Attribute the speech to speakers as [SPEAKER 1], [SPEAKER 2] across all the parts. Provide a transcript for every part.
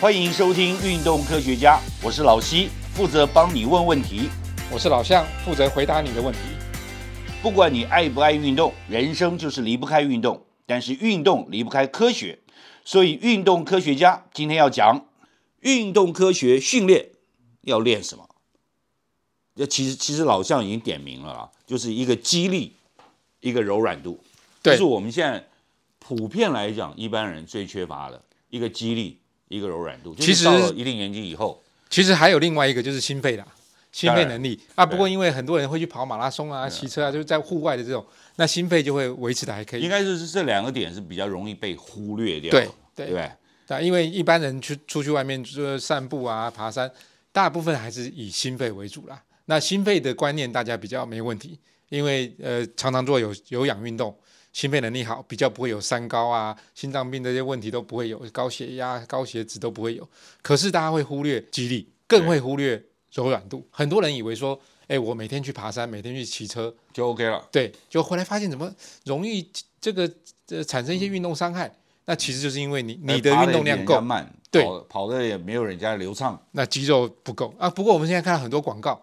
[SPEAKER 1] 欢迎收听《运动科学家》，我是老西，负责帮你问问题。
[SPEAKER 2] 我是老向，负责回答你的问题。
[SPEAKER 1] 不管你爱不爱运动，人生就是离不开运动，但是运动离不开科学，所以运动科学家今天要讲运动科学训练要练什么。这其实其实老向已经点明了啊，就是一个肌力，一个柔软度，
[SPEAKER 2] 对
[SPEAKER 1] 这是我们现在普遍来讲一般人最缺乏的一个肌力，一个柔软度。就是
[SPEAKER 2] 其实
[SPEAKER 1] 到了一定年纪以后，
[SPEAKER 2] 其实还有另外一个就是心肺啦，心
[SPEAKER 1] 当
[SPEAKER 2] 肺
[SPEAKER 1] 然
[SPEAKER 2] 能力啊。
[SPEAKER 1] 对
[SPEAKER 2] 不过因为很多人会去跑马拉松啊、骑车啊，就是在户外的这种，那心肺就会维持的还可
[SPEAKER 1] 应
[SPEAKER 2] 以。
[SPEAKER 1] 该是这两个点是比较容易被忽略掉的，
[SPEAKER 2] 对
[SPEAKER 1] 对
[SPEAKER 2] 对
[SPEAKER 1] 不对？
[SPEAKER 2] 那因为一般人去出去外面就是散步啊、爬山，大部分还是以心肺为主啦。那心肺的观念大家比较没问题，因为呃常常做有有氧运动，心肺能力好，比较不会有三高啊、心脏病这些问题都不会有，高血压、高血脂都不会有。可是大家会忽略肌力，更会忽略柔软度。很多人以为说，哎，我每天去爬山，每天去骑车，
[SPEAKER 1] 就 OK 了。
[SPEAKER 2] 对，就回来发现怎么容易这个呃产生一些运动伤害。那其实就是因为你你的
[SPEAKER 1] 哎爬得
[SPEAKER 2] 运动
[SPEAKER 1] 也比
[SPEAKER 2] 量
[SPEAKER 1] 人
[SPEAKER 2] 够
[SPEAKER 1] 家，慢，
[SPEAKER 2] 对
[SPEAKER 1] 跑，跑的也没有人家流畅。
[SPEAKER 2] 那肌肉不够啊。不过我们现在看到很多广告，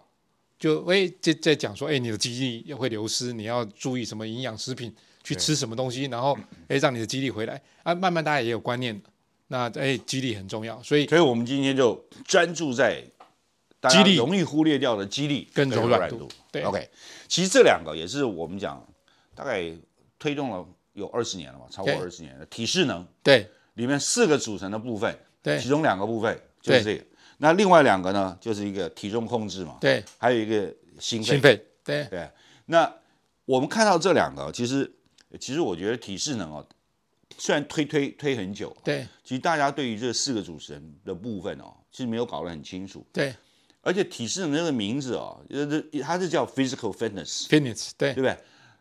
[SPEAKER 2] 就诶在在讲说，诶，你的肌力也会流失，你要注意什么营养食品，去吃什么东西，然后诶让你的肌力回来啊。慢慢大家也有观念的，那诶肌力很重要，所以
[SPEAKER 1] 所以我们今天就专注在大家
[SPEAKER 2] 肌力
[SPEAKER 1] 容易忽略掉的肌力
[SPEAKER 2] 跟柔
[SPEAKER 1] 柔
[SPEAKER 2] 软
[SPEAKER 1] 度
[SPEAKER 2] 度。对
[SPEAKER 1] OK，其实这两个也是我们讲大概推动了有二十年了吧，超过
[SPEAKER 2] 对
[SPEAKER 1] 二十年了。体适能
[SPEAKER 2] 对
[SPEAKER 1] 里面四个组成的部分，
[SPEAKER 2] 对
[SPEAKER 1] 其中两个部分就是这个，那另外两个呢，就是一个体重控制嘛，
[SPEAKER 2] 对
[SPEAKER 1] 还有一个心肺
[SPEAKER 2] 心。肺对
[SPEAKER 1] 对，那我们看到这两个，其实其实我觉得体适能哦，虽然推推推很久，
[SPEAKER 2] 对
[SPEAKER 1] 其实大家对于这四个主持人的部分哦，其实没有搞得很清楚。
[SPEAKER 2] 对
[SPEAKER 1] 而且体适能这个名字哦，呃，这它是叫 physical fitness，
[SPEAKER 2] fitness 对
[SPEAKER 1] 对不对？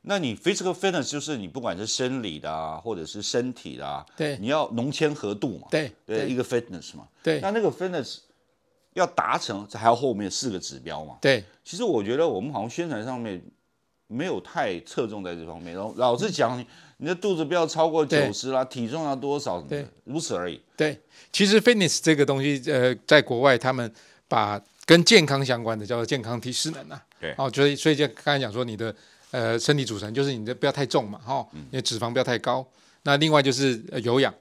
[SPEAKER 1] 那你 physical fitness 就是你不管是生理的啊，或者是身体的啊，
[SPEAKER 2] 对
[SPEAKER 1] 你要农谦合度嘛，
[SPEAKER 2] 对
[SPEAKER 1] 对，一
[SPEAKER 2] 对
[SPEAKER 1] 个 fitness 嘛。
[SPEAKER 2] 对
[SPEAKER 1] 那那个 fitness 要达成，还有后面四个指标嘛。
[SPEAKER 2] 对
[SPEAKER 1] 其实我觉得我们好像宣传上面没有太侧重在这方面，然后老是讲你你的肚子不要超过
[SPEAKER 2] 对
[SPEAKER 1] 九十啦，体重要多少什么的
[SPEAKER 2] 对，
[SPEAKER 1] 如此而已。
[SPEAKER 2] 对，其实 fitness 这个东西，呃，在国外他们把跟健康相关的叫做健康体适能啊。
[SPEAKER 1] 对
[SPEAKER 2] 哦，所以所以就刚才讲说你的呃身体组成就是你的不要太重嘛，
[SPEAKER 1] 嗯
[SPEAKER 2] 哈、哦，你的脂肪不要太高。那另外就是、呃有氧，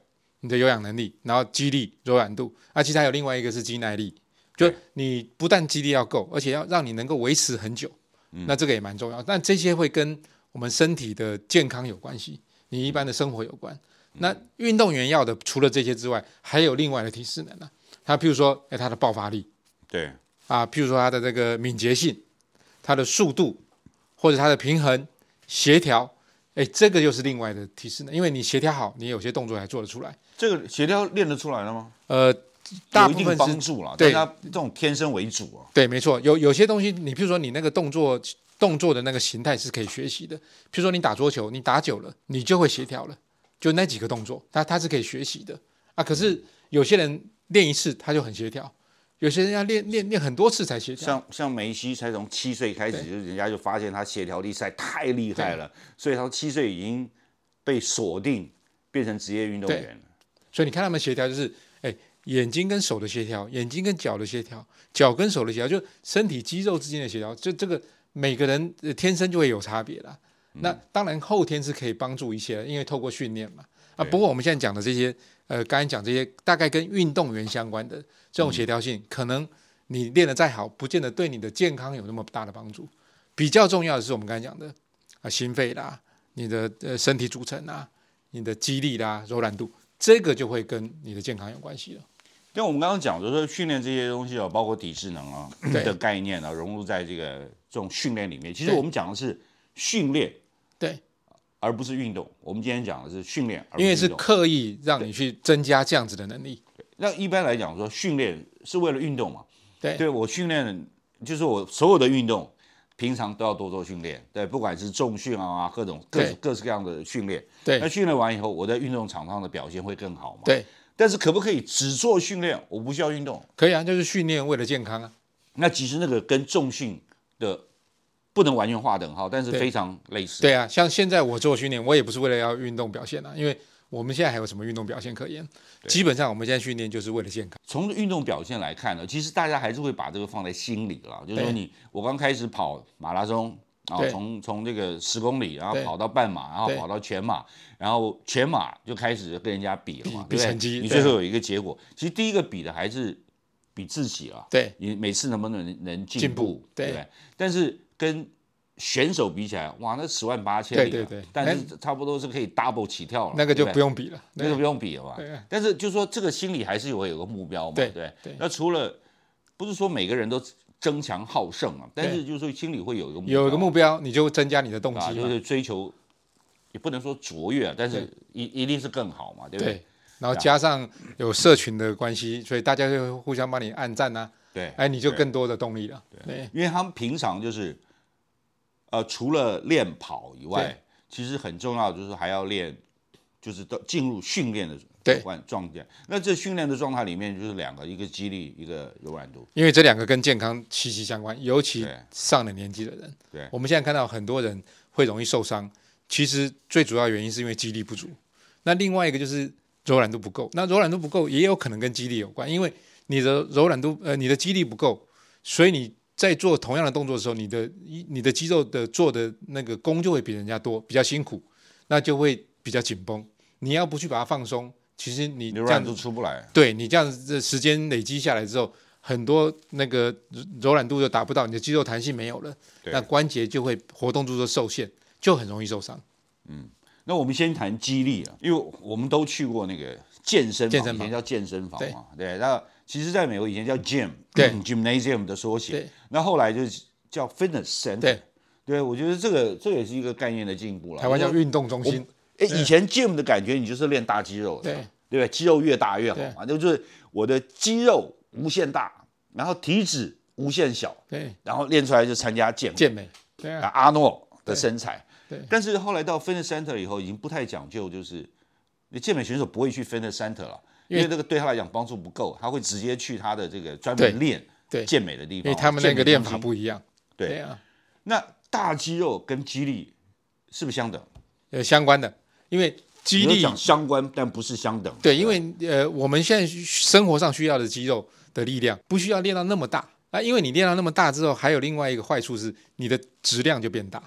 [SPEAKER 2] 你的有氧能力，然后肌力、柔软度，啊，其实还有另外一个是肌耐力，就
[SPEAKER 1] 对
[SPEAKER 2] 你不但肌力要够，而且要让你能够维持很久，
[SPEAKER 1] 嗯
[SPEAKER 2] 那这个也蛮重要。但这些会跟我们身体的健康有关系，你一般的生活有关。那运动员要的除了这些之外，还有另外的提示能啊，他譬如说，哎，他的爆发力
[SPEAKER 1] 对，
[SPEAKER 2] 啊，譬如说他的这个敏捷性，他的速度，或者他的平衡协调，哎，这个又是另外的提示能，因为你协调好，你有些动作还做得出来。
[SPEAKER 1] 这个协调练得出来了吗？
[SPEAKER 2] 呃，大
[SPEAKER 1] 有一
[SPEAKER 2] 部
[SPEAKER 1] 定
[SPEAKER 2] 分是
[SPEAKER 1] 帮助了，
[SPEAKER 2] 对
[SPEAKER 1] 但他这种天生为主啊，
[SPEAKER 2] 对，没错，有有些东西，你譬如说你那个动作动作的那个形态是可以学习的，譬如说你打桌球，你打久了，你就会协调了，就那几个动作，它它是可以学习的啊。可是有些人练一次他就很协调，有些人要练练练很多次才协调。
[SPEAKER 1] 像像梅西才从七岁开始，
[SPEAKER 2] 对
[SPEAKER 1] 就人家就发现他协调力实在太厉害了，所以他七岁已经被锁定变成职业运动
[SPEAKER 2] 对
[SPEAKER 1] 员了。
[SPEAKER 2] 所以你看他们协调就是，哎，眼睛跟手的协调，眼睛跟脚的协调，脚跟手的协调，就身体肌肉之间的协调，就这个每个人、呃天生就会有差别啦。那当然后天是可以帮助一些的，因为透过训练嘛。啊，不过我们现在讲的这些，呃，刚才讲这些大概跟运动员相关的这种协调性，可能你练得再好，不见得对你的健康有那么大的帮助。比较重要的是我们刚才讲的啊，心肺啦，你的呃身体组成啊，你的肌力啦、柔软度，这个就会跟你的健康有关系了。
[SPEAKER 1] 像我们刚刚讲，就是说训练这些东西啊，包括体适能啊
[SPEAKER 2] 对
[SPEAKER 1] 的概念啊，融入在这个这种训练里面。其实
[SPEAKER 2] 对
[SPEAKER 1] 我们讲的是训练，
[SPEAKER 2] 对，
[SPEAKER 1] 而不是运动。我们今天讲的是训练，而不
[SPEAKER 2] 因为
[SPEAKER 1] 是
[SPEAKER 2] 是
[SPEAKER 1] 运动。
[SPEAKER 2] 刻意让你去增加这样子的能力。
[SPEAKER 1] 那一般来讲说，训练是为了运动嘛？
[SPEAKER 2] 对
[SPEAKER 1] 对我训练就是我所有的运动，平常都要多做训练。对，不管是重训啊，各种各
[SPEAKER 2] 对
[SPEAKER 1] 各式各样的训练。那
[SPEAKER 2] 对
[SPEAKER 1] 训练完以后，我在运动场上的表现会更好嘛？。
[SPEAKER 2] 对，
[SPEAKER 1] 但是可不可以只做训练，我不需要运动？
[SPEAKER 2] 可以啊，就是训练为了健康啊。
[SPEAKER 1] 那其实那个跟重训的不能完全划等号，但是
[SPEAKER 2] 对
[SPEAKER 1] 非常类似。
[SPEAKER 2] 对啊，像现在我做训练，我也不是为了要运动表现啊，因为我们现在还有什么运动表现可言？基本上我们现在训练就是为了健康。
[SPEAKER 1] 从运动表现来看呢，其实大家还是会把这个放在心里了。就是说
[SPEAKER 2] 对
[SPEAKER 1] 你，我刚开始跑马拉松啊，
[SPEAKER 2] 对
[SPEAKER 1] 从从这个十公里，然后
[SPEAKER 2] 对
[SPEAKER 1] 跑到半马，然后
[SPEAKER 2] 对
[SPEAKER 1] 跑到全马，然后全马就开始跟人家比了嘛，对不对？
[SPEAKER 2] 比比成绩
[SPEAKER 1] 你最
[SPEAKER 2] 对
[SPEAKER 1] 后有一个结果，其实第一个比的还是比自己啊，
[SPEAKER 2] 对
[SPEAKER 1] 你每次能不能能进
[SPEAKER 2] 进
[SPEAKER 1] 步，
[SPEAKER 2] 步
[SPEAKER 1] 对不
[SPEAKER 2] 对
[SPEAKER 1] 对？但是跟选手比起来，哇，那十万八千里、啊，
[SPEAKER 2] 对对对
[SPEAKER 1] 但是差不多是可以 double 起跳了，
[SPEAKER 2] 那个
[SPEAKER 1] 哦对
[SPEAKER 2] 就
[SPEAKER 1] 不对
[SPEAKER 2] 不用比了。
[SPEAKER 1] 那就不用比了嘛
[SPEAKER 2] 对啊。
[SPEAKER 1] 但是就是说这个心里还是会有个目标嘛，
[SPEAKER 2] 对
[SPEAKER 1] 对
[SPEAKER 2] 对
[SPEAKER 1] 那除了不是说每个人都争强好胜啊，但是就是说心里会有一个目标
[SPEAKER 2] 有一个目标，你就增加你的动
[SPEAKER 1] 哦啊，
[SPEAKER 2] 机
[SPEAKER 1] 就
[SPEAKER 2] 嘛。
[SPEAKER 1] 是追求，也不能说卓越啊，但是一一定是更好嘛，对不对？啊
[SPEAKER 2] 对，然后加上有社群的关系，所以大家就会互相帮你按赞呐，
[SPEAKER 1] 对，
[SPEAKER 2] 哎，你就更多的动力了。对
[SPEAKER 1] 因为他们平常就是，呃，除了练跑以外
[SPEAKER 2] 对，
[SPEAKER 1] 其实很重要的就是还要练，就是到进入训练的
[SPEAKER 2] 对
[SPEAKER 1] 状状态。那这训练的状态里面就是两个，一个肌力，一个柔软度。
[SPEAKER 2] 因为这两个跟健康息息相关，尤其
[SPEAKER 1] 对
[SPEAKER 2] 上了年纪的人。
[SPEAKER 1] 对
[SPEAKER 2] 我们现在看到很多人会容易受伤，其实最主要原因是因为肌力不足。那另外一个就是柔软度不够。那柔软度不够也有可能跟肌力有关，因为你的柔软度呃你的肌力不够，所以你在做同样的动作的时候，你的你的肌肉的做的那个功就会比人家多，比较辛苦，那就会比较紧绷。你要不去把它放松，其实你
[SPEAKER 1] 你
[SPEAKER 2] 这
[SPEAKER 1] 柔
[SPEAKER 2] 样
[SPEAKER 1] 软
[SPEAKER 2] 子
[SPEAKER 1] 度出不来。
[SPEAKER 2] 对你这样子的时间累积下来之后，很多那个柔柔软度就达不到，你的肌肉弹性没有了，
[SPEAKER 1] 对
[SPEAKER 2] 那关节就会活动度就受限，就很容易受伤。
[SPEAKER 1] 那我们先谈肌力啊，因为我们都去过那个健身房，
[SPEAKER 2] 健身
[SPEAKER 1] 以
[SPEAKER 2] 房
[SPEAKER 1] 前叫健身房嘛，对。那其实，在美国以前叫 gym，
[SPEAKER 2] 对
[SPEAKER 1] gymnasium 的缩写
[SPEAKER 2] 对，
[SPEAKER 1] 那后来就是叫 fitness center，
[SPEAKER 2] 对，
[SPEAKER 1] 对我觉得这个这也是一个概念的进步了。
[SPEAKER 2] 台湾叫
[SPEAKER 1] 就是
[SPEAKER 2] 运动中心，
[SPEAKER 1] 哎，以前 gym 的感觉，你就是练大肌肉的，
[SPEAKER 2] 对
[SPEAKER 1] 对不对？肌肉越大越好
[SPEAKER 2] 对
[SPEAKER 1] 嘛，就是我的肌肉无限大，然后体脂无限小，
[SPEAKER 2] 对，
[SPEAKER 1] 然后练出来就参加健
[SPEAKER 2] 健美，对啊，
[SPEAKER 1] 啊阿诺的身材。
[SPEAKER 2] 对对
[SPEAKER 1] 但是后来到 fitness center 以后，已经不太讲究，就是那健美选手不会去 fitness center 了，因为那个对他来讲帮助不够，他会直接去他的这个专
[SPEAKER 2] 对
[SPEAKER 1] 门练
[SPEAKER 2] 对
[SPEAKER 1] 健美的地方，
[SPEAKER 2] 因为他们那
[SPEAKER 1] 健美
[SPEAKER 2] 个练
[SPEAKER 1] 中
[SPEAKER 2] 法
[SPEAKER 1] 心。
[SPEAKER 2] 不一样。
[SPEAKER 1] 对
[SPEAKER 2] 对啊，
[SPEAKER 1] 那大肌肉跟肌力是不是相等？
[SPEAKER 2] 呃，相关的，因为肌
[SPEAKER 1] 你
[SPEAKER 2] 力
[SPEAKER 1] 有讲相关，但不是相等。
[SPEAKER 2] 对，因为呃，我们现在生活上需要的肌肉的力量，不需要练到那么大。那、因为你练到那么大之后，还有另外一个坏处是，你的质量就变大，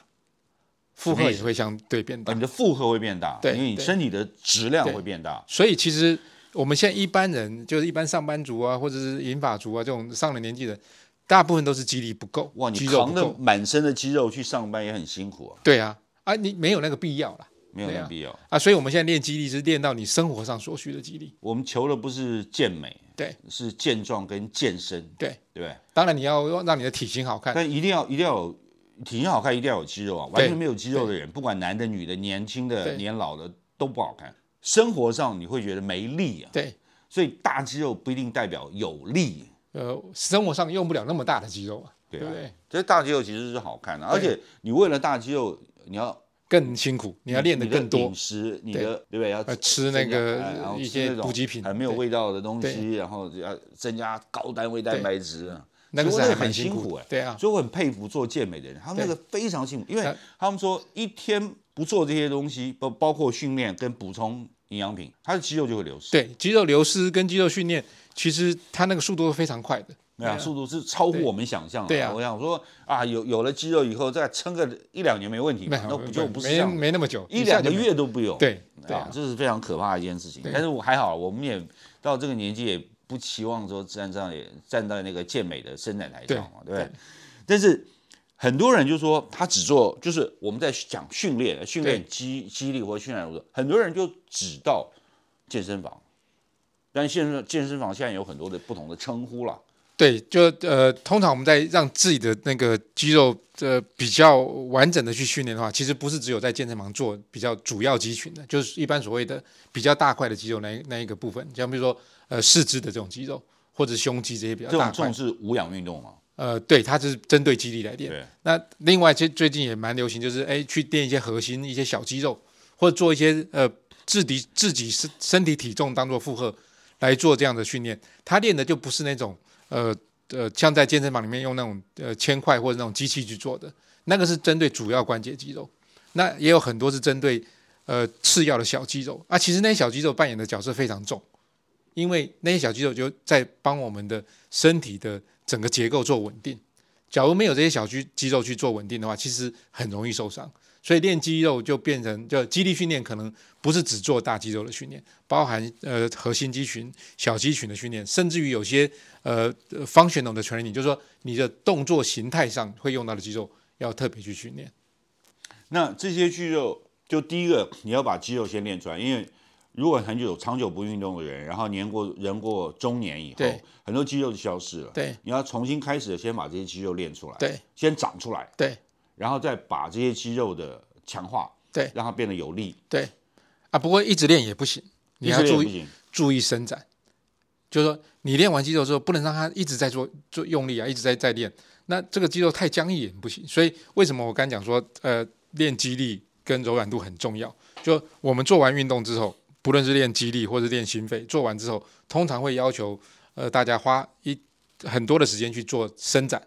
[SPEAKER 2] 负
[SPEAKER 1] 什么
[SPEAKER 2] 荷
[SPEAKER 1] 意
[SPEAKER 2] 也会相对变
[SPEAKER 1] 啊
[SPEAKER 2] 大
[SPEAKER 1] 你。的负荷会变大，
[SPEAKER 2] 对
[SPEAKER 1] 因为你
[SPEAKER 2] 对
[SPEAKER 1] 身体的质量
[SPEAKER 2] 对
[SPEAKER 1] 会变大。
[SPEAKER 2] 所以其实我们现在一般人，就是一般上班族啊，或者是银发族啊这种上了年纪的人，大部分都是肌力不够，
[SPEAKER 1] 哇，
[SPEAKER 2] 肌
[SPEAKER 1] 你
[SPEAKER 2] 肉不
[SPEAKER 1] 扛着
[SPEAKER 2] 够。
[SPEAKER 1] 满身的肌肉去上班也很辛苦啊，
[SPEAKER 2] 对啊，啊，你没有那个必要啦。
[SPEAKER 1] 没有那
[SPEAKER 2] 对
[SPEAKER 1] 个
[SPEAKER 2] 啊
[SPEAKER 1] 必要。
[SPEAKER 2] 啊，所以我们现在练肌力是练到你生活上所需的肌力。
[SPEAKER 1] 我们求的不是健美，
[SPEAKER 2] 对，
[SPEAKER 1] 是健壮跟健身，
[SPEAKER 2] 对，哎
[SPEAKER 1] 对不对？
[SPEAKER 2] 当然你要让你的体型好看，
[SPEAKER 1] 但一定要一定要有体型好看，一定要有肌肉啊！完全没有肌肉的人，不管男的、女的、年轻的、
[SPEAKER 2] 对
[SPEAKER 1] 年老的都不好看。生活上你会觉得没力啊，
[SPEAKER 2] 对，
[SPEAKER 1] 所以大肌肉不一定代表有力。
[SPEAKER 2] 呃，生活上用不了那么大的肌肉啊，
[SPEAKER 1] 对
[SPEAKER 2] 对
[SPEAKER 1] 啊
[SPEAKER 2] 不对？
[SPEAKER 1] 这大肌肉其实是好看的，
[SPEAKER 2] 对
[SPEAKER 1] 而且你为了大肌肉，你要
[SPEAKER 2] 更辛苦，你要练得
[SPEAKER 1] 你
[SPEAKER 2] 更多
[SPEAKER 1] 饮，食，你的对不对？要
[SPEAKER 2] 呃，吃那
[SPEAKER 1] 增加哎然
[SPEAKER 2] 个
[SPEAKER 1] 后
[SPEAKER 2] 一
[SPEAKER 1] 吃
[SPEAKER 2] 些
[SPEAKER 1] 那种
[SPEAKER 2] 补给品，
[SPEAKER 1] 很没有
[SPEAKER 2] 对
[SPEAKER 1] 味道的东西，
[SPEAKER 2] 对
[SPEAKER 1] 然后要增加高单位蛋白质啊。
[SPEAKER 2] 那个
[SPEAKER 1] 所
[SPEAKER 2] 是
[SPEAKER 1] 以那
[SPEAKER 2] 还
[SPEAKER 1] 个很
[SPEAKER 2] 蛮
[SPEAKER 1] 辛
[SPEAKER 2] 辛
[SPEAKER 1] 苦
[SPEAKER 2] 苦
[SPEAKER 1] 哎
[SPEAKER 2] 的，对啊，
[SPEAKER 1] 所以我很佩服做健美的人，他们那个非常辛苦，因为
[SPEAKER 2] 那
[SPEAKER 1] 他们说一天不做这些东西，包包括训练跟补充营养品，他的肌肉就会流失。
[SPEAKER 2] 对，肌肉流失跟肌肉训练，其实它那个速度是非常快的，
[SPEAKER 1] 对啊，速度是超乎我们想象的。
[SPEAKER 2] 对啊
[SPEAKER 1] 我想说啊，有有了肌肉以后，再撑个一两年没问题
[SPEAKER 2] 没
[SPEAKER 1] 嘛，那不就不是这
[SPEAKER 2] 没
[SPEAKER 1] 样？
[SPEAKER 2] 没那么久，
[SPEAKER 1] 一
[SPEAKER 2] 下
[SPEAKER 1] 两
[SPEAKER 2] 就
[SPEAKER 1] 个
[SPEAKER 2] 没
[SPEAKER 1] 月都不用。
[SPEAKER 2] 对对
[SPEAKER 1] 啊
[SPEAKER 2] 啊，
[SPEAKER 1] 这是非常可怕的一件事情。但是我还好，我们也到这个年纪，也不期望说站上也站在那个健美的伸展台上嘛，对不对？但是很多人就说他只做，就是我们在讲训练、训练
[SPEAKER 2] 对
[SPEAKER 1] 肌肌力或训练柔很多人就只到健身房。但现在健身房现在有很多的不同的称呼了，
[SPEAKER 2] 对，就呃，通常我们在让自己的那个肌肉呃比较完整的去训练的话，其实不是只有在健身房做比较主要肌群的，就是一般所谓的比较大块的肌肉那一那一个部分，像比如说呃四肢的这种肌肉或者胸肌这些比较
[SPEAKER 1] 这种
[SPEAKER 2] 大
[SPEAKER 1] 这种
[SPEAKER 2] 块，
[SPEAKER 1] 是无氧运动嘛？
[SPEAKER 2] 呃，对，它就是针对肌力来练。
[SPEAKER 1] 对，
[SPEAKER 2] 那另外，其实最近也蛮流行，就是哎，去练一些核心、一些小肌肉，或者做一些呃自己自己身身体体重当做负荷来做这样的训练。他练的就不是那种呃呃，像在健身房里面用那种呃铅块或者那种机器去做的，那个是针对主要关节肌肉。那也有很多是针对呃次要的小肌肉啊。其实那些小肌肉扮演的角色非常重，因为那些小肌肉就在帮我们的身体的整个结构做稳定。假如没有这些小肌肌肉去做稳定的话，其实很容易受伤。所以练肌肉就变成就肌力训练，可能不是只做大肌肉的训练，包含呃核心肌群、小肌群的训练，甚至于有些呃呃 functional 的 training，就是说你的动作形态上会用到的肌肉要特别去训练。
[SPEAKER 1] 那这些肌肉，就第一个你要把肌肉先练出来，因为如果很久长久不运动的人，然后年过人过中年以后
[SPEAKER 2] 对，
[SPEAKER 1] 很多肌肉就消失了。
[SPEAKER 2] 对
[SPEAKER 1] 你要重新开始，先把这些肌肉练出来，
[SPEAKER 2] 对，
[SPEAKER 1] 先长出来，
[SPEAKER 2] 对
[SPEAKER 1] 然后再把这些肌肉的强化，
[SPEAKER 2] 对
[SPEAKER 1] 让它变得有力。
[SPEAKER 2] 对，啊，不过一直练也不行，你要
[SPEAKER 1] 一直练不
[SPEAKER 2] 注意
[SPEAKER 1] 行，
[SPEAKER 2] 注意伸展，就是说你练完肌肉之后，不能让它一直在做做用力啊，一直在在练，那这个肌肉太僵硬也不行。所以为什么我刚讲说，呃，练肌力跟柔软度很重要？就我们做完运动之后，不论是练肌力或是练心肺，做完之后，通常会要求呃大家花一很多的时间去做伸展。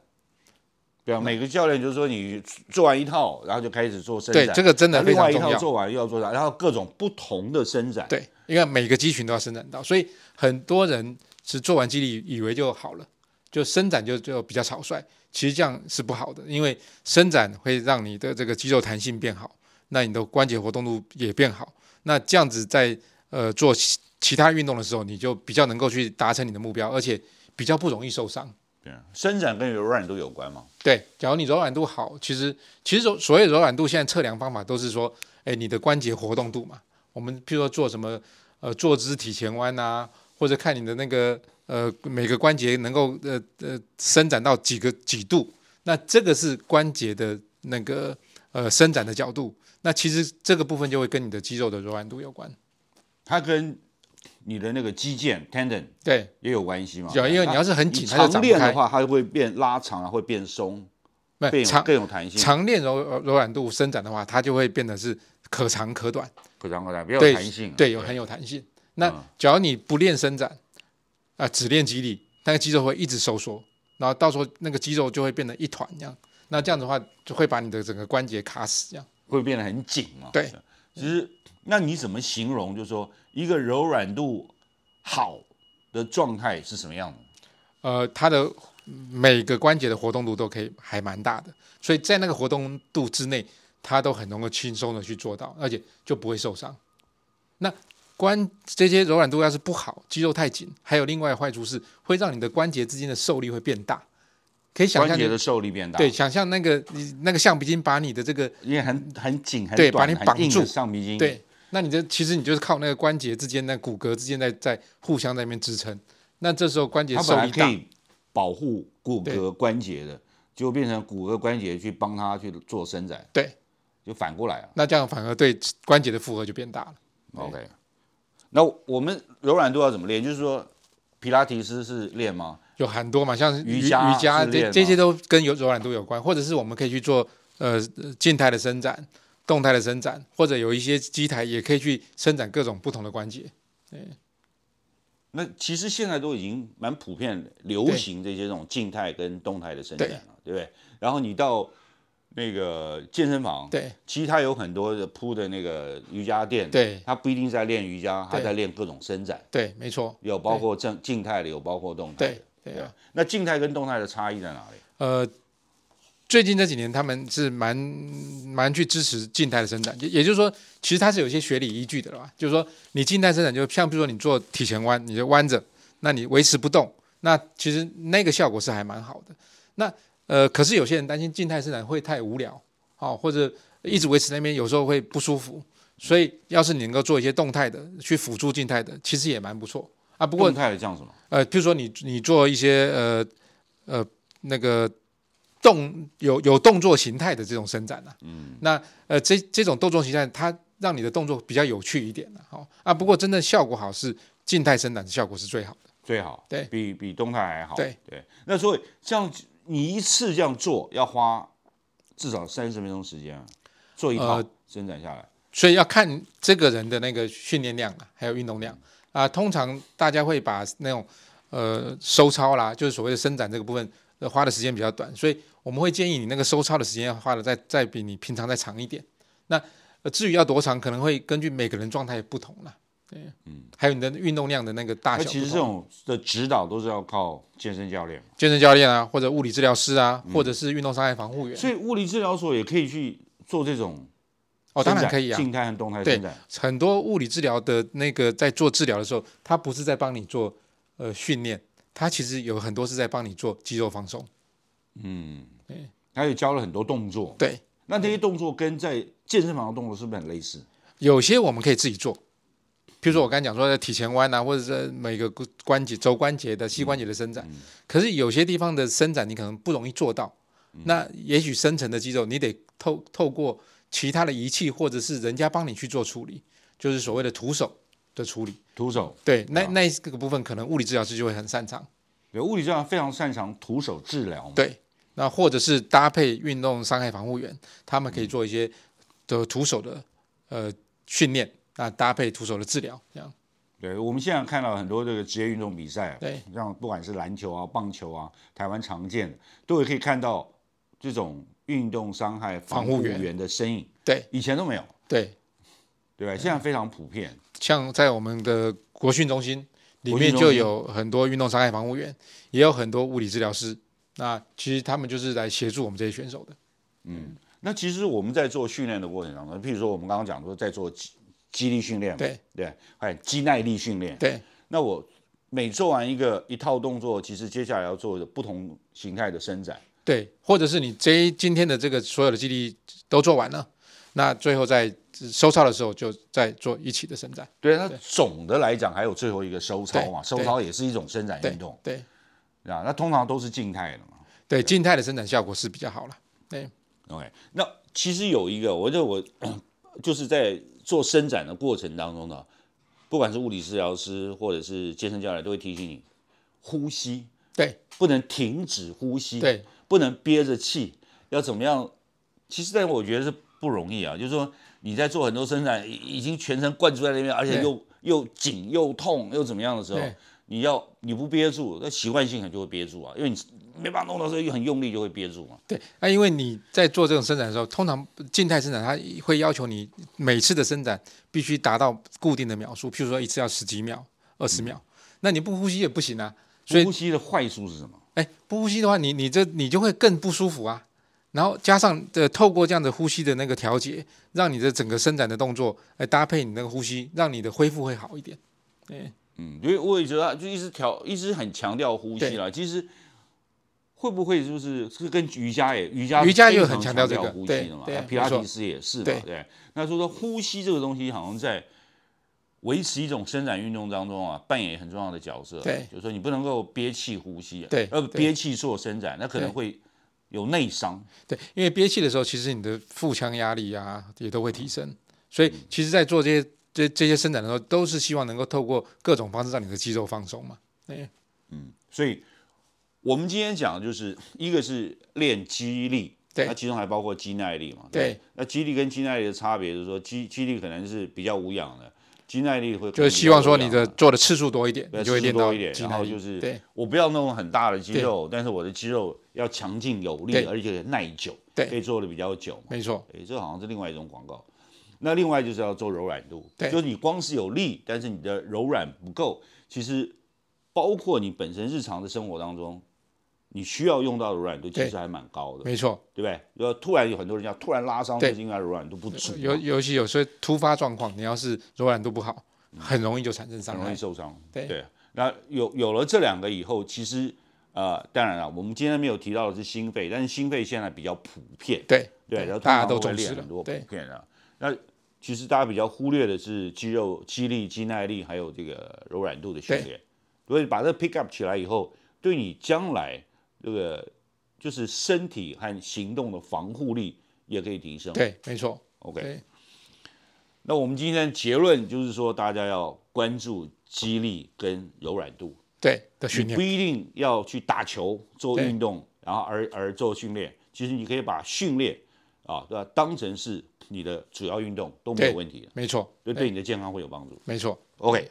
[SPEAKER 1] 对啊，每个教练就是说你做完一套，然后就开始做伸展，
[SPEAKER 2] 对，这个真的
[SPEAKER 1] 然后
[SPEAKER 2] 非
[SPEAKER 1] 另外一
[SPEAKER 2] 常重
[SPEAKER 1] 套
[SPEAKER 2] 要。
[SPEAKER 1] 做完又要做啥，然后各种不同的伸展。
[SPEAKER 2] 对，因为每个肌群都要伸展到，所以很多人是做完肌力以为就好了，就伸展就就比较草率，其实这样是不好的，因为伸展会让你的这个肌肉弹性变好，那你的关节活动度也变好，那这样子在呃做其其他运动的时候，你就比较能够去达成你的目标，而且比较不容易受伤。
[SPEAKER 1] 对啊，伸展跟柔软度有关嘛。
[SPEAKER 2] 对，假如你柔软度好，其实其实柔所谓柔软度，现在测量方法都是说，哎，你的关节活动度嘛。我们譬如说做什么呃坐姿体前弯啊，或者看你的那个呃每个关节能够呃呃伸展到几个几度，那这个是关节的那个呃伸展的角度。那其实这个部分就会跟你的肌肉的柔软度有关。
[SPEAKER 1] 它跟你的那个肌腱 tendon
[SPEAKER 2] 对，
[SPEAKER 1] 也有关系嘛。
[SPEAKER 2] 有因为
[SPEAKER 1] 它
[SPEAKER 2] 你要是很
[SPEAKER 1] 哦
[SPEAKER 2] 紧，
[SPEAKER 1] 你
[SPEAKER 2] 它就
[SPEAKER 1] 常
[SPEAKER 2] 长不
[SPEAKER 1] 练的
[SPEAKER 2] 开。
[SPEAKER 1] 话，它就会变拉长，然后会变松，
[SPEAKER 2] 不
[SPEAKER 1] 变有
[SPEAKER 2] 长
[SPEAKER 1] 更有弹性，
[SPEAKER 2] 长练柔呃柔软度伸展的话，它就会变得是可长可短。
[SPEAKER 1] 可长可短，比较
[SPEAKER 2] 对
[SPEAKER 1] 有弹性。啊
[SPEAKER 2] 对，有很有弹性。那
[SPEAKER 1] 嗯
[SPEAKER 2] 假如你不练伸展，啊、只练肌力，那个肌肉会一直收缩，然后到时候那个肌肉就会变成一团这样。那这样的话，就会把你的整个关节卡死这样。
[SPEAKER 1] 会变得很紧嘛。
[SPEAKER 2] 对，
[SPEAKER 1] 其实那你怎么形容，就是说一个柔软度好的状态是什么样的？
[SPEAKER 2] 呃，它的每个关节的活动度都可以还蛮大的，所以在那个活动度之内，它都很能够轻松的去做到，而且就不会受伤。那关这些柔软度要是不好，肌肉太紧，还有另外的坏处是会让你的关节之间的受力会变大。可以想
[SPEAKER 1] 关
[SPEAKER 2] 象，
[SPEAKER 1] 节的受力变大，
[SPEAKER 2] 对，，想象那个你那个橡皮筋把你的这个
[SPEAKER 1] 因为很很紧，很
[SPEAKER 2] 对
[SPEAKER 1] 短
[SPEAKER 2] 把你
[SPEAKER 1] 很
[SPEAKER 2] 绑
[SPEAKER 1] 硬的
[SPEAKER 2] 住
[SPEAKER 1] 上皮筋，，
[SPEAKER 2] 对，那你这其实你就是靠那个关节之间、那骨骼之间在在互相在那边支撑。那这时候关节
[SPEAKER 1] 它
[SPEAKER 2] 受
[SPEAKER 1] 本来
[SPEAKER 2] 力
[SPEAKER 1] 可
[SPEAKER 2] 大，
[SPEAKER 1] 以保护骨骼
[SPEAKER 2] 对
[SPEAKER 1] 关节的，就变成骨骼关节去帮它去做伸展，
[SPEAKER 2] 对，
[SPEAKER 1] 就反过来啊。
[SPEAKER 2] 那这样反而对关节的负荷就变大了。对
[SPEAKER 1] OK，那我们柔软度要怎么练？就是说，皮拉提斯是练吗？
[SPEAKER 2] 有很多嘛，像是
[SPEAKER 1] 瑜
[SPEAKER 2] 瑜
[SPEAKER 1] 伽
[SPEAKER 2] 瑜伽
[SPEAKER 1] 之类的
[SPEAKER 2] 这
[SPEAKER 1] 嘛
[SPEAKER 2] 这些都跟有柔软度有关，或者是我们可以去做呃静态的伸展、动态的伸展，或者有一些机台也可以去伸展各种不同的关节。
[SPEAKER 1] 那其实现在都已经蛮普遍流行这些这种静态跟动态的伸展了，对不对？然后你到那个健身房，
[SPEAKER 2] 对
[SPEAKER 1] 其实它有很多的铺的那个瑜伽垫，，
[SPEAKER 2] 对
[SPEAKER 1] 它不一定在练瑜伽，它
[SPEAKER 2] 对
[SPEAKER 1] 在练各种伸展，
[SPEAKER 2] 对，没错，
[SPEAKER 1] 有包括正静态的，有包括动态的
[SPEAKER 2] 对。对啊。
[SPEAKER 1] 那静态跟动态的差异在哪里？
[SPEAKER 2] 呃，最近这几年他们是蛮蛮去支持静态的伸展，也也就是说，其实它是有一些学理依据的啦。就是说，你静态伸展，就像比如说你做体前弯，你就弯着，那你维持不动，那其实那个效果是还蛮好的。那呃，可是有些人担心静态伸展会太无聊，哦，或者一直维持那边，有时候会不舒服。所以，要是你能够做一些动态的，去辅助静态的，其实也蛮不错啊。不过
[SPEAKER 1] 动，态的像什么？
[SPEAKER 2] 呃，譬如说你你做一些呃呃那个动有有动作形态的这种伸展啊，嗯，那呃这这种动作形态，它让你的动作比较有趣一点了、好、啊，不过真正效果好是静态伸展的效果是最好的，
[SPEAKER 1] 最好，
[SPEAKER 2] 对
[SPEAKER 1] 比比动态还好，
[SPEAKER 2] 对
[SPEAKER 1] 那所以这样你一次这样做要花至少三十分钟时间啊，做一套
[SPEAKER 2] 呃
[SPEAKER 1] 伸展下来，
[SPEAKER 2] 所以要看这个人的那个训练量啊，还有运动量啊、通常大家会把那种呃收操啦，就是所谓的伸展这个部分，呃花的时间比较短，所以我们会建议你那个收操的时间要花的再再比你平常再长一点。那呃呃至于要多长，可能会根据每个人状态不同啦。对，嗯，还有你的运动量的那个大
[SPEAKER 1] 那
[SPEAKER 2] 小
[SPEAKER 1] 其
[SPEAKER 2] 不
[SPEAKER 1] 实这
[SPEAKER 2] 同
[SPEAKER 1] 种的指导都是要靠健身教练，
[SPEAKER 2] 健身教练啊，或者物理治疗师啊，或者是运动伤害防护员，
[SPEAKER 1] 所以物理治疗所也可以去做这种
[SPEAKER 2] 哦，当
[SPEAKER 1] 伸
[SPEAKER 2] 然
[SPEAKER 1] 展
[SPEAKER 2] 可以啊。
[SPEAKER 1] 静态和动态
[SPEAKER 2] 对
[SPEAKER 1] 伸展。
[SPEAKER 2] 很多物理治疗的那个在做治疗的时候，他不是在帮你做呃训练，他其实有很多是在帮你做肌肉放松。
[SPEAKER 1] 他也教了很多动作，
[SPEAKER 2] 对，
[SPEAKER 1] 那这些动作跟在健身房的动作是不是很类似？
[SPEAKER 2] 有些我们可以自己做，譬如说我刚才讲说的体前弯啊，或者是每个关节、肘关节的、膝关节的伸展。可是有些地方的伸展你可能不容易做到，那也许深层的肌肉你得透透过其他的仪器或者是人家帮你去做处理，就是所谓的徒手的处理。
[SPEAKER 1] 徒手，
[SPEAKER 2] 对，那那一个部分可能物理治疗师就会很擅长。
[SPEAKER 1] 对，物理治疗非常擅长徒手治疗嘛。
[SPEAKER 2] 对，那或者是搭配运动伤害防护员，他们可以
[SPEAKER 1] 嗯
[SPEAKER 2] 做一些的徒手的呃训练，那搭配徒手的治疗，这样
[SPEAKER 1] 对，我们现在看到很多这个职业运动比赛，啊
[SPEAKER 2] 对，
[SPEAKER 1] 像不管是篮球啊、棒球啊，台湾常见的，都也可以看到这种运动伤害防
[SPEAKER 2] 防护
[SPEAKER 1] 护
[SPEAKER 2] 员
[SPEAKER 1] 员的身影。
[SPEAKER 2] 对，
[SPEAKER 1] 以前都没有，
[SPEAKER 2] 对，
[SPEAKER 1] 对吧？现在非常普遍。
[SPEAKER 2] 像在我们的国训中心里
[SPEAKER 1] 国训
[SPEAKER 2] 面
[SPEAKER 1] 中
[SPEAKER 2] 就
[SPEAKER 1] 心
[SPEAKER 2] 有很多运动伤害防护员，也有很多物理治疗师。那其实他们就是来协助我们这些选手的。
[SPEAKER 1] 那其实我们在做训练的过程当中，譬如说我们刚刚讲说在做肌肌力训练嘛，
[SPEAKER 2] 对
[SPEAKER 1] 对，还有肌耐力训练。
[SPEAKER 2] 对
[SPEAKER 1] 那我每做完一个一套动作，其实接下来要做的不同形态的伸展，
[SPEAKER 2] 对，或者是你这一今天的这个所有的基地都做完了，那最后在收操的时候就再做一起的伸展。
[SPEAKER 1] 对，那总的来讲还有最后一个收操嘛，
[SPEAKER 2] 对
[SPEAKER 1] 收操也是一种伸展
[SPEAKER 2] 对
[SPEAKER 1] 运动，
[SPEAKER 2] 对
[SPEAKER 1] 啊，那通常都是静态的嘛。
[SPEAKER 2] 对，静态的伸展效果是比较好了。对
[SPEAKER 1] OK，那其实有一个，我觉得我就是在做伸展的过程当中呢，不管是物理治疗师或者是健身教练，都会提醒你呼吸，
[SPEAKER 2] 对，
[SPEAKER 1] 不能停止呼吸，
[SPEAKER 2] 对，
[SPEAKER 1] 不能憋着气，要怎么样？其实，但我觉得是不容易啊，就是说你在做很多伸展，已已经全身灌注在那边，而且
[SPEAKER 2] 对
[SPEAKER 1] 又又紧又痛又怎么样的时候
[SPEAKER 2] 对，
[SPEAKER 1] 你要你不憋住，那习惯性很就会憋住啊，因为你没办法弄的时候又很用力就会憋住嘛。
[SPEAKER 2] 对，那、因为你在做这种伸展的时候，通常静态伸展它会要求你每次的伸展必须达到固定的秒数，譬如说一次要十几秒、二十秒，那你不呼吸也不行啊。所以
[SPEAKER 1] 不呼吸的坏处是什么？
[SPEAKER 2] 哎，不呼吸的话，你你这你就会更不舒服啊。然后加上呃，透过这样的呼吸的那个调节，让你的整个伸展的动作，来搭配你那个呼吸，让你的恢复会好一点。
[SPEAKER 1] 嗯，因为我也觉得啊就一直调，一直很强调呼吸啦。其实会不会就是是跟瑜伽也瑜伽
[SPEAKER 2] 瑜伽就
[SPEAKER 1] 非常
[SPEAKER 2] 很
[SPEAKER 1] 强
[SPEAKER 2] 强调这个
[SPEAKER 1] 呼吸
[SPEAKER 2] 对
[SPEAKER 1] 的嘛
[SPEAKER 2] 对
[SPEAKER 1] 那
[SPEAKER 2] 没
[SPEAKER 1] 皮拉
[SPEAKER 2] 错
[SPEAKER 1] 提斯也是嘛，
[SPEAKER 2] 对
[SPEAKER 1] 对。那所以说呼吸这个东西好像在维持一种伸展运动当中啊，扮演很重要的角色。啊
[SPEAKER 2] 对
[SPEAKER 1] 就是说你不能够憋气呼吸啊，
[SPEAKER 2] 对
[SPEAKER 1] 呃，
[SPEAKER 2] 对
[SPEAKER 1] 憋气做伸展，那可能会有内伤。
[SPEAKER 2] 对，因为憋气的时候，其实你的腹腔压力啊也都会提升，所
[SPEAKER 1] 嗯
[SPEAKER 2] 以其实，在做这些这这些伸展的时候，都是希望能够透过各种方式让你的肌肉放松嘛。
[SPEAKER 1] 所以我们今天讲的就是一个是练肌力，
[SPEAKER 2] 对
[SPEAKER 1] 那其中还包括肌耐力嘛。
[SPEAKER 2] 对
[SPEAKER 1] 吧，那肌力跟肌耐力的差别就是说，肌肌力可能是比较无氧的，肌耐力会
[SPEAKER 2] 就是希望说你的
[SPEAKER 1] 可能
[SPEAKER 2] 做的次数多一点，
[SPEAKER 1] 啊比较有氧的对
[SPEAKER 2] 你就会
[SPEAKER 1] 次数
[SPEAKER 2] 练
[SPEAKER 1] 多
[SPEAKER 2] 到
[SPEAKER 1] 一点，
[SPEAKER 2] 肌
[SPEAKER 1] 然
[SPEAKER 2] 耐
[SPEAKER 1] 后
[SPEAKER 2] 力。
[SPEAKER 1] 就是
[SPEAKER 2] 对
[SPEAKER 1] 我不要弄很大的肌肉，但是我的肌肉要强劲有力，
[SPEAKER 2] 对
[SPEAKER 1] 而且耐久，
[SPEAKER 2] 对
[SPEAKER 1] 可以做的比较久嘛。
[SPEAKER 2] 没错，
[SPEAKER 1] 哎，这好像是另外一种广告。那另外就是要做柔软度，
[SPEAKER 2] 对
[SPEAKER 1] 就是你光是有力，但是你的柔软不够，其实包括你本身日常的生活当中，你需要用到的柔软度其实还蛮高的，
[SPEAKER 2] 没错，
[SPEAKER 1] 对不对？要突然有很多人要突然拉伤，就
[SPEAKER 2] 对
[SPEAKER 1] 是因为他柔软度不足嘛，
[SPEAKER 2] 尤尤其有时候突发状况，你要是柔软度不好，很容易就产生
[SPEAKER 1] 嗯很
[SPEAKER 2] 伤
[SPEAKER 1] 容易
[SPEAKER 2] 害。
[SPEAKER 1] 受伤。啊
[SPEAKER 2] 对
[SPEAKER 1] 那有有了这两个以后，其实呃，当然了，我们今天没有提到的是心肺，但是心肺现在比较普遍，
[SPEAKER 2] 对
[SPEAKER 1] 对，然后
[SPEAKER 2] 大家
[SPEAKER 1] 通常
[SPEAKER 2] 都
[SPEAKER 1] 会
[SPEAKER 2] 重
[SPEAKER 1] 练
[SPEAKER 2] 视了
[SPEAKER 1] 很多。普
[SPEAKER 2] 对
[SPEAKER 1] 遍啊。那其实大家比较忽略的是肌肉、肌力、肌耐力，还有这个柔软度的训练。所以把这 pick up 起来以后，对你将来这个就是身体和行动的防护力也可以提升。
[SPEAKER 2] 对，没错。
[SPEAKER 1] ，OK。
[SPEAKER 2] 对
[SPEAKER 1] 那我们今天的结论就是说，大家要关注肌力跟柔软度，
[SPEAKER 2] 对的训
[SPEAKER 1] 你
[SPEAKER 2] 练
[SPEAKER 1] 不，一定要去打球做
[SPEAKER 2] 对
[SPEAKER 1] 运动，然后而而做训练。其实你可以把训练啊，对吧，当成是你的主要运动都没有
[SPEAKER 2] 对
[SPEAKER 1] 问题的，
[SPEAKER 2] 没错，
[SPEAKER 1] 对
[SPEAKER 2] 对，
[SPEAKER 1] 对你的健康会有帮助。
[SPEAKER 2] 没错。
[SPEAKER 1] OK，